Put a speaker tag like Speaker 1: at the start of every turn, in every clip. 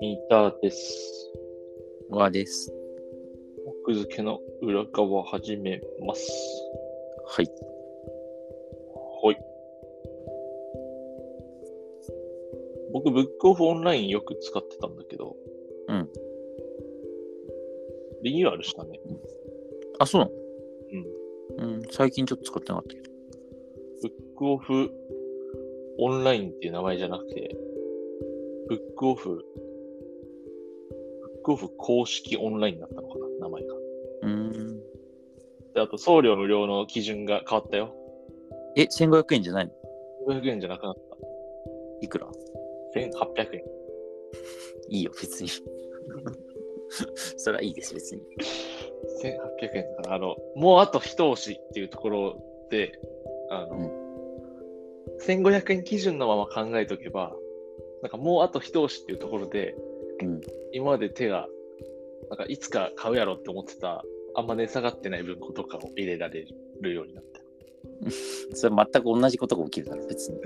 Speaker 1: 三田です。
Speaker 2: わです。
Speaker 1: 奥付けの裏側始めます。
Speaker 2: はい。
Speaker 1: ほい。僕、ブックオフオンラインよく使ってたんだけど。
Speaker 2: うん。
Speaker 1: リニューアルしたね。
Speaker 2: あ、そうなのうん。最近ちょっと使ってなかったけど。
Speaker 1: ブックオフオンラインっていう名前じゃなくて、ブックオフ、ブックオフ公式オンラインだったのかな、名前が。
Speaker 2: うーん。
Speaker 1: で、あと送料無料の基準が変わったよ。
Speaker 2: え、1500円じゃないの
Speaker 1: 500円じゃなくなった。
Speaker 2: いくら
Speaker 1: 1800円。
Speaker 2: いいよ、別に。 それはいいです、別に。
Speaker 1: 1800円だから、あの、もうあと一押しっていうところで、あの、
Speaker 2: うん
Speaker 1: 1500円基準のまま考えとけば、なんかもうあと一押しっていうところで、
Speaker 2: うん
Speaker 1: 今まで手が、なんかいつか買うやろって思ってた、あんま値下がってない文庫とかを入れられるようになった。
Speaker 2: それ全く同じことが起きるだろ、別に。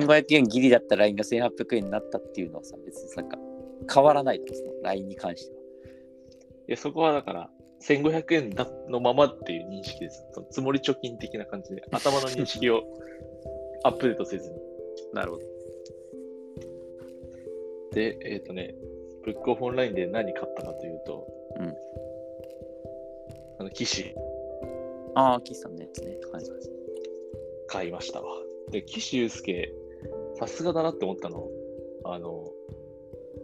Speaker 2: 1500円ギリだったラインが1800円になったっていうのはさ、別になんか変わらないだろ、そのラインに関しては。
Speaker 1: いや、そこはだから、1500円だのままっていう認識です。その積もり貯金的な感じで、頭の認識をアップデートせずに。
Speaker 2: なるほど。
Speaker 1: で、えっ、とね、ブックオフオンラインで何買ったかというと、
Speaker 2: うん
Speaker 1: あの、騎士
Speaker 2: ああ、岸さんのやつね。はいはい。
Speaker 1: 買いましたわ。で、岸優介、さすがだなって思ったの。あの、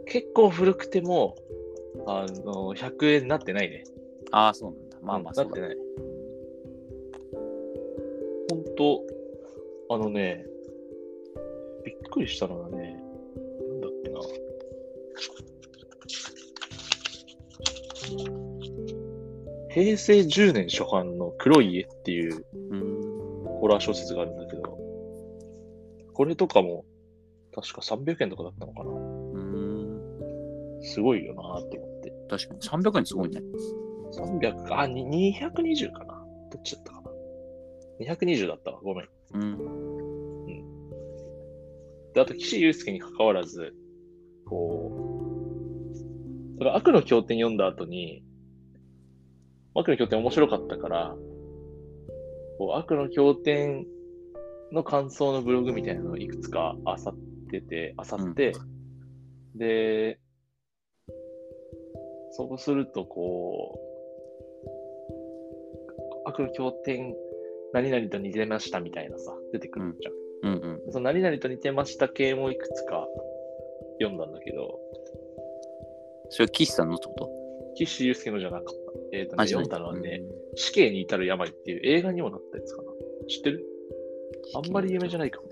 Speaker 1: 結構古くても、あの、100円になってないね。
Speaker 2: ああ、そうなんだ。まあまあ、
Speaker 1: な
Speaker 2: そ
Speaker 1: っ
Speaker 2: う
Speaker 1: て
Speaker 2: だ、
Speaker 1: ない
Speaker 2: ね。。
Speaker 1: ほんと、あのね、びっくりしたのがね、なんだっけな。平成10年初版の黒い家っていう
Speaker 2: うーん。
Speaker 1: ホラー小説があるんだけど、これとかも確か300円とかだったのかな。
Speaker 2: う
Speaker 1: すごいよなーって思って。
Speaker 2: ーん。確かに300円すごいね。
Speaker 1: 300か、あ、に220かな。どっちだったかな。220だったわ。ごめん。
Speaker 2: うん。
Speaker 1: で、あと岸優介に関わらず、こう、その悪の経典読んだ後に、悪の経典面白かったから、こう悪の経典の感想のブログみたいなのをいくつかあさってて、あさって、で、そうすると、こう、悪の経典何々と似てましたみたいなさ、出てくるじゃん。
Speaker 2: うんうん。
Speaker 1: その何々と似てました系もいくつか読んだんだけど、
Speaker 2: それは岸さんのってこと
Speaker 1: 岸優介のじゃなかった。えっ、とね、
Speaker 2: あじゃ
Speaker 1: 読
Speaker 2: ない
Speaker 1: んだのはね、
Speaker 2: うん
Speaker 1: 死刑に至る病っていう映画にもなったやつかな。知ってるあんまり有名じゃないかも。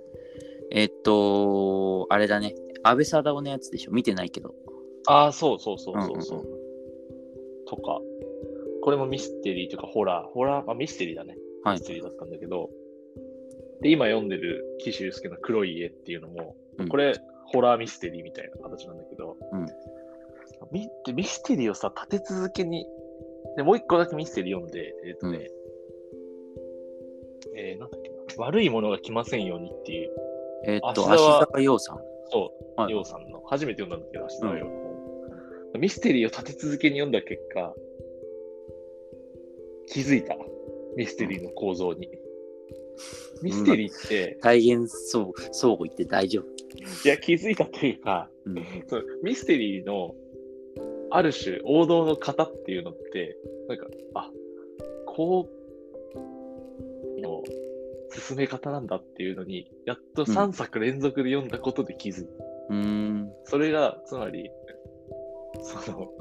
Speaker 2: えっと、あれだね。安倍貞夫のやつでしょ。見てないけど。
Speaker 1: ああ、そうそうそうそうそう。
Speaker 2: うん
Speaker 1: とか、これもミステリーとかホラー、ホラー、まあミステリーだね。
Speaker 2: は
Speaker 1: ミ
Speaker 2: い
Speaker 1: ス。テリーだったんだけど、で、今読んでる岸優介の黒い家っていうのも、
Speaker 2: うん
Speaker 1: これ、ホラーミステリーみたいな形なんだけど、
Speaker 2: うん
Speaker 1: ミでミステリーをさ、立て続けに、で、もう一個だけミステリー読んで、えっ、とね、えーなんだっけな、悪いものが来ませんようにっていう、
Speaker 2: えっと、
Speaker 1: 芦
Speaker 2: 芦
Speaker 1: 沢
Speaker 2: 坂洋さん。
Speaker 1: そう、
Speaker 2: はい
Speaker 1: ようさんの、初めて読んだんだけど、足のようの方ミステリーを立て続けに読んだ結果、気づいた。ミステリーの構造に。ミステリーって、
Speaker 2: 体現そう、相互言って大丈夫。
Speaker 1: いや、気づいたというか、
Speaker 2: うん。
Speaker 1: そのミステリーの、ある種、王道の型っていうのって、なんか、あ、こう、の進め方なんだっていうのに、やっと3作連続で読んだことで気づいた。
Speaker 2: うーん。
Speaker 1: それが、つまり、その、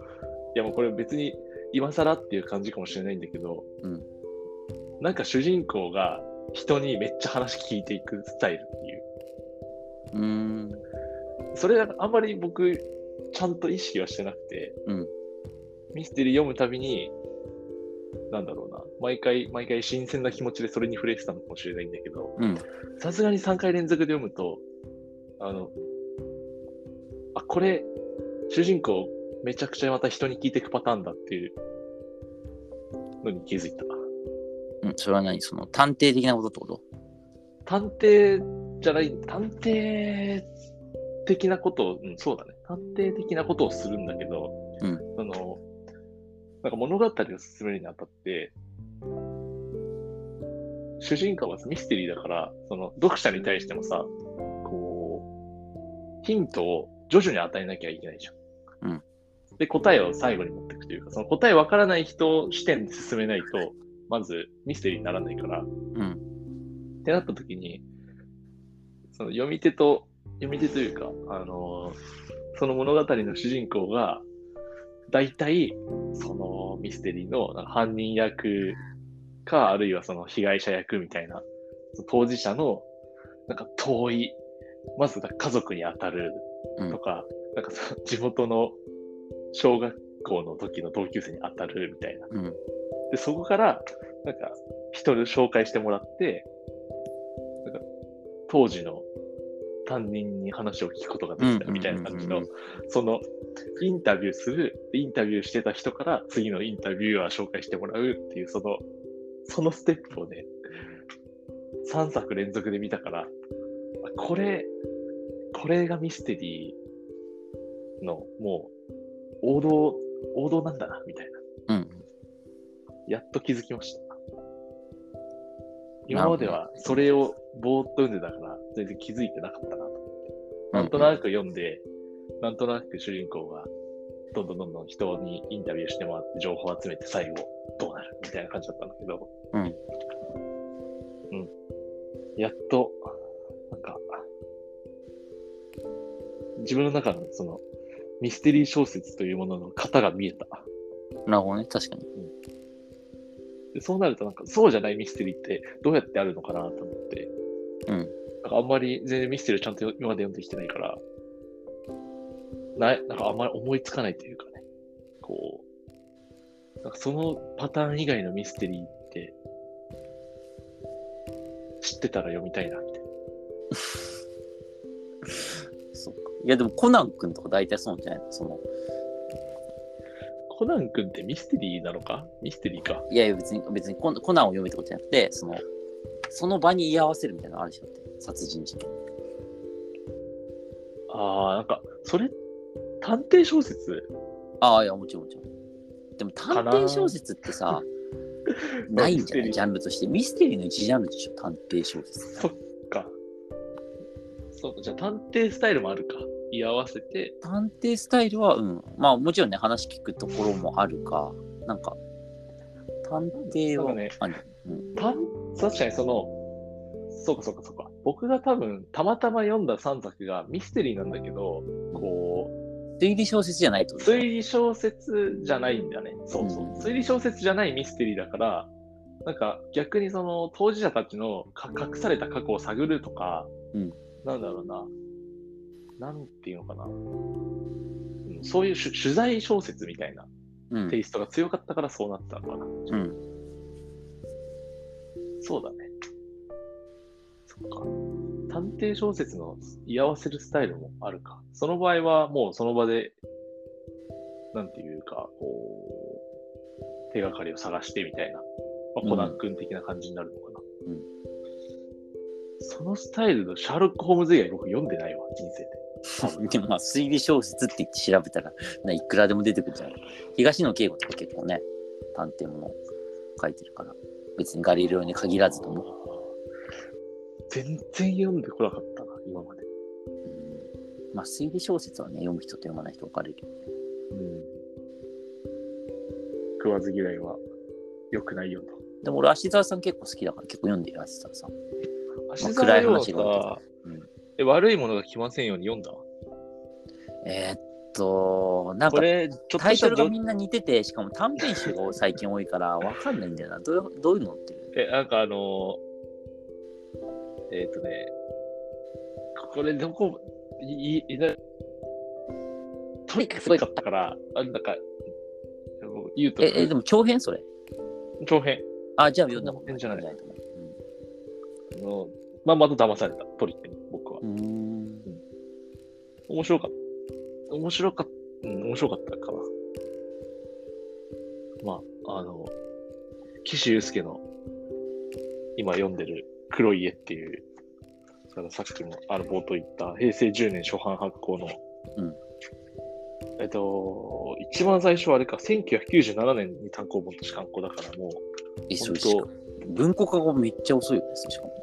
Speaker 1: いやもうこれ別に今更っていう感じかもしれないんだけど、
Speaker 2: うん
Speaker 1: なんか主人公が人にめっちゃ話聞いていくスタイルっていう。
Speaker 2: うーん。
Speaker 1: それがあんまり僕、ちゃんと意識はしてなくて、
Speaker 2: うん
Speaker 1: ミステリー読むたびに、なんだろうな、毎回、毎回新鮮な気持ちでそれに触れてたのかもしれないんだけど、
Speaker 2: うん。
Speaker 1: さすがに3回連続で読むと、あの、あ、これ、主人公、めちゃくちゃまた人に聞いていくパターンだっていうのに気づいた。
Speaker 2: うん。それは何その、探偵的なことってこと
Speaker 1: 探偵じゃない、探偵的なことを、うん、そうだね、探偵的なことをするんだけど、
Speaker 2: うん
Speaker 1: その、なんか物語を進めるにあたって、主人公はミステリーだから、その読者に対してもさ、こう、ヒントを徐々に与えなきゃいけないじゃん。
Speaker 2: うん
Speaker 1: で、答えを最後に持っていくというか、その答えわからない人視点で進めないと、まずミステリーにならないから、
Speaker 2: うん。
Speaker 1: ってなった時に、その読み手と、読み手というか、あのその物語の主人公が、大体、そのミステリーのなんか犯人役か、あるいはその被害者役みたいな、その当事者の、なんか遠い、まずなんか家族に当たる
Speaker 2: うん
Speaker 1: とか、なんかその地元の小学校の時の同級生に当たるみたいな。
Speaker 2: うん。
Speaker 1: で、そこから、なんか、人に紹介してもらって、なんか、当時の担任に話を聞くことができたみたいな感じ
Speaker 2: う
Speaker 1: の
Speaker 2: んうん、
Speaker 1: その、インタビューする、インタビューしてた人から次のインタビュアー紹介してもらうっていう、その、そのステップをね、3作連続で見たから、あこれ、これがミステリーの、もう、王道、王道なんだな、みたいな。
Speaker 2: うん。
Speaker 1: やっと気づきました。今まではそれをぼーっと読んでたから、全然気づいてなかったなと。なんとなく読んで、なんとなく主人公が、どんどんどんどん人にインタビューしてもらって、情報を集めて最後、どうなるみたいな感じだったんだけど。
Speaker 2: うん
Speaker 1: うん。やっと、なんか、自分の中のその、ミステリー小説というものの型が見えた。
Speaker 2: なるほどね、確かに。
Speaker 1: でそうなるとなんかそうじゃないミステリーってどうやってあるのかなと思って
Speaker 2: うん。
Speaker 1: なんかあんまり全然ミステリーをちゃんと今まで読んできてないからないなんかあんまり思いつかないというかねこうなんかそのパターン以外のミステリーって知ってたら読みたいなみたいな
Speaker 2: そうか。いや、でもコナン君とか大体そうなんじゃないのその、
Speaker 1: コナン君ってミステリーなのかミステリーか
Speaker 2: いやいや、別に、別にコナコナンを読むってことじゃなくて、その、その場に居合わせるみたいなのあるでしょだって、殺人事件。
Speaker 1: ああなんかそれ探偵小説
Speaker 2: ああ、いや、もちろんもちろん。でも探偵小説ってさ、 ないん
Speaker 1: ミ
Speaker 2: じゃな
Speaker 1: ステリ
Speaker 2: い
Speaker 1: ー
Speaker 2: ジャンルとして。ミステリーの一ジャンルでしょ探偵小説。
Speaker 1: そっかそうかじゃあ探偵スタイルもあるか居合わせて
Speaker 2: 探偵スタイルは、うん。まあもちろんね、話聞くところもあるか、なんか、探偵
Speaker 1: な
Speaker 2: は、
Speaker 1: んかね
Speaker 2: あの
Speaker 1: たん確かにその、そうかそうかそうか。僕が多分、たまたま読んだ3作がミステリーなんだけど、こ
Speaker 2: 推理小説じゃないって
Speaker 1: う、
Speaker 2: こと
Speaker 1: 推理小説じゃないんだね。そうそう
Speaker 2: うん。
Speaker 1: 推理小説じゃないミステリーだから、なんか逆にその当事者たちのか隠された過去を探るとか、
Speaker 2: うん
Speaker 1: なんだろうな。なんていうのかな。うんそういう取取材小説みたいな
Speaker 2: うん
Speaker 1: テイストが強かったからそうなったのかな。
Speaker 2: うん。
Speaker 1: そうだね。そっか。探偵小説の居合わせるスタイルもあるか。その場合はもうその場で、なんていうか、こう、手がかりを探してみたいな、まあ、
Speaker 2: うん
Speaker 1: コナン君的な感じになるのかな。
Speaker 2: うん
Speaker 1: そのスタイルのシャーロック・ホームズ以外僕読んでないわ、人生で。
Speaker 2: でもまあ推理小説って言って調べたらないくらでも出てくるんじゃない東野圭吾とか結構ね探偵もの書いてるから別にガリレオに限らずとも、
Speaker 1: 全然読んでこなかったな、今まで。
Speaker 2: うんまあ推理小説はね読む人と読まない人分かれる
Speaker 1: うん。食わず嫌いは良くないよと。
Speaker 2: でも俺芦沢さん結構好きだから結構読んでる芦沢さん
Speaker 1: 足
Speaker 2: 暗
Speaker 1: 暗
Speaker 2: い
Speaker 1: い
Speaker 2: 話
Speaker 1: 話
Speaker 2: が多
Speaker 1: が、
Speaker 2: うん
Speaker 1: え悪いものが来ませんように読んだ
Speaker 2: えーっとなん
Speaker 1: こ
Speaker 2: か
Speaker 1: れちょっ
Speaker 2: タ
Speaker 1: と
Speaker 2: イ
Speaker 1: した
Speaker 2: トルが
Speaker 1: ど
Speaker 2: みんな似ててしかも短編 集が最近多いから分かんないんだよなどうどういうのってる
Speaker 1: えなんかあのーえっ、とねこれどこいいいなとにかくすごかったからあなんかもう言うと
Speaker 2: ええでも長編それ
Speaker 1: 長編
Speaker 2: あじゃあ読んだこと
Speaker 1: 長編じゃない
Speaker 2: と思
Speaker 1: のまんまと騙されたトリックに僕は
Speaker 2: ううんうーん
Speaker 1: 面白かった面白かった、うん、面白かったかなまああの岸優介の今読んでる「黒い家」っていうからさっきもあの冒頭言った平成10年初版発行の、
Speaker 2: うん
Speaker 1: えっと、一番最初はあれか、1997年に単行本として刊行だからもう、
Speaker 2: え、そうし
Speaker 1: 本
Speaker 2: か文庫化がめっちゃ遅いよね、しかも。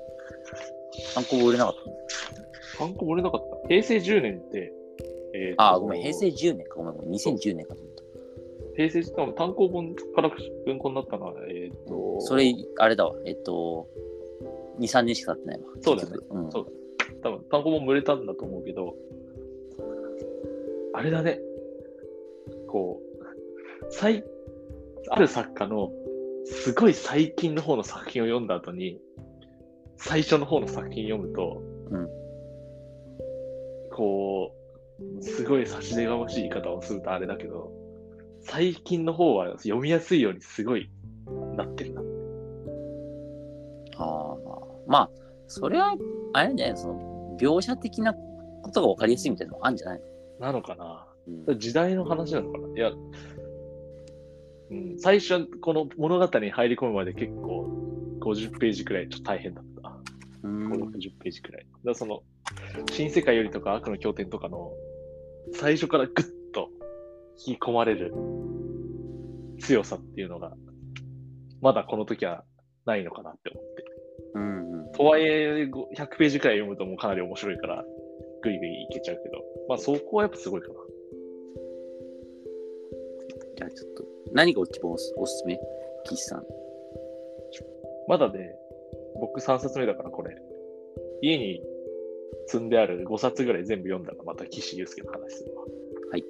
Speaker 2: あんこ売れなかったね。
Speaker 1: 単行本売れなかった。平成10年って、えっと
Speaker 2: あ、ごめん、平成10年か、ごめん、ごめん、2010年かと思った。
Speaker 1: 平成しかも単行本から文庫になったのは、えっと、
Speaker 2: それ、あれだわ、えっと、2、3年しか経ってないわ。
Speaker 1: そうだよね
Speaker 2: 結局うん、
Speaker 1: そう多分単行本も売れたんだと思うけど、あれだね。こう、最、ある作家の、すごい最近の方の作品を読んだ後に、最初の方の作品読むと、
Speaker 2: うん
Speaker 1: こう、すごい差し出がましい言い方をするとあれだけど、最近の方は読みやすいようにすごいなってるな。
Speaker 2: あーまあ、それは、あれね、その、描写的なことが分かりやすいみたいなのもあるんじゃないの、
Speaker 1: なのかな
Speaker 2: うん
Speaker 1: 時代の話なのかないや、うん、最初、この物語に入り込むまで結構、50ページくらいちょっと大変だった。
Speaker 2: うん
Speaker 1: 5、60ページくらい。だからその、新世界よりとか悪の経典とかの、最初からぐっと引き込まれる強さっていうのが、まだこの時はないのかなって思って。
Speaker 2: うんうん
Speaker 1: とはいえ、ご100ページくらい読むともうかなり面白いから、ぐいぐいいけちゃうけど、まあそこはやっぱすごいかな。
Speaker 2: じゃあちょっと、何が一番おすおすすめ岸さん。
Speaker 1: まだね、僕3冊目だからこれ、家に積んである5冊ぐらい全部読んだらまた岸優介の話するわ。
Speaker 2: はい。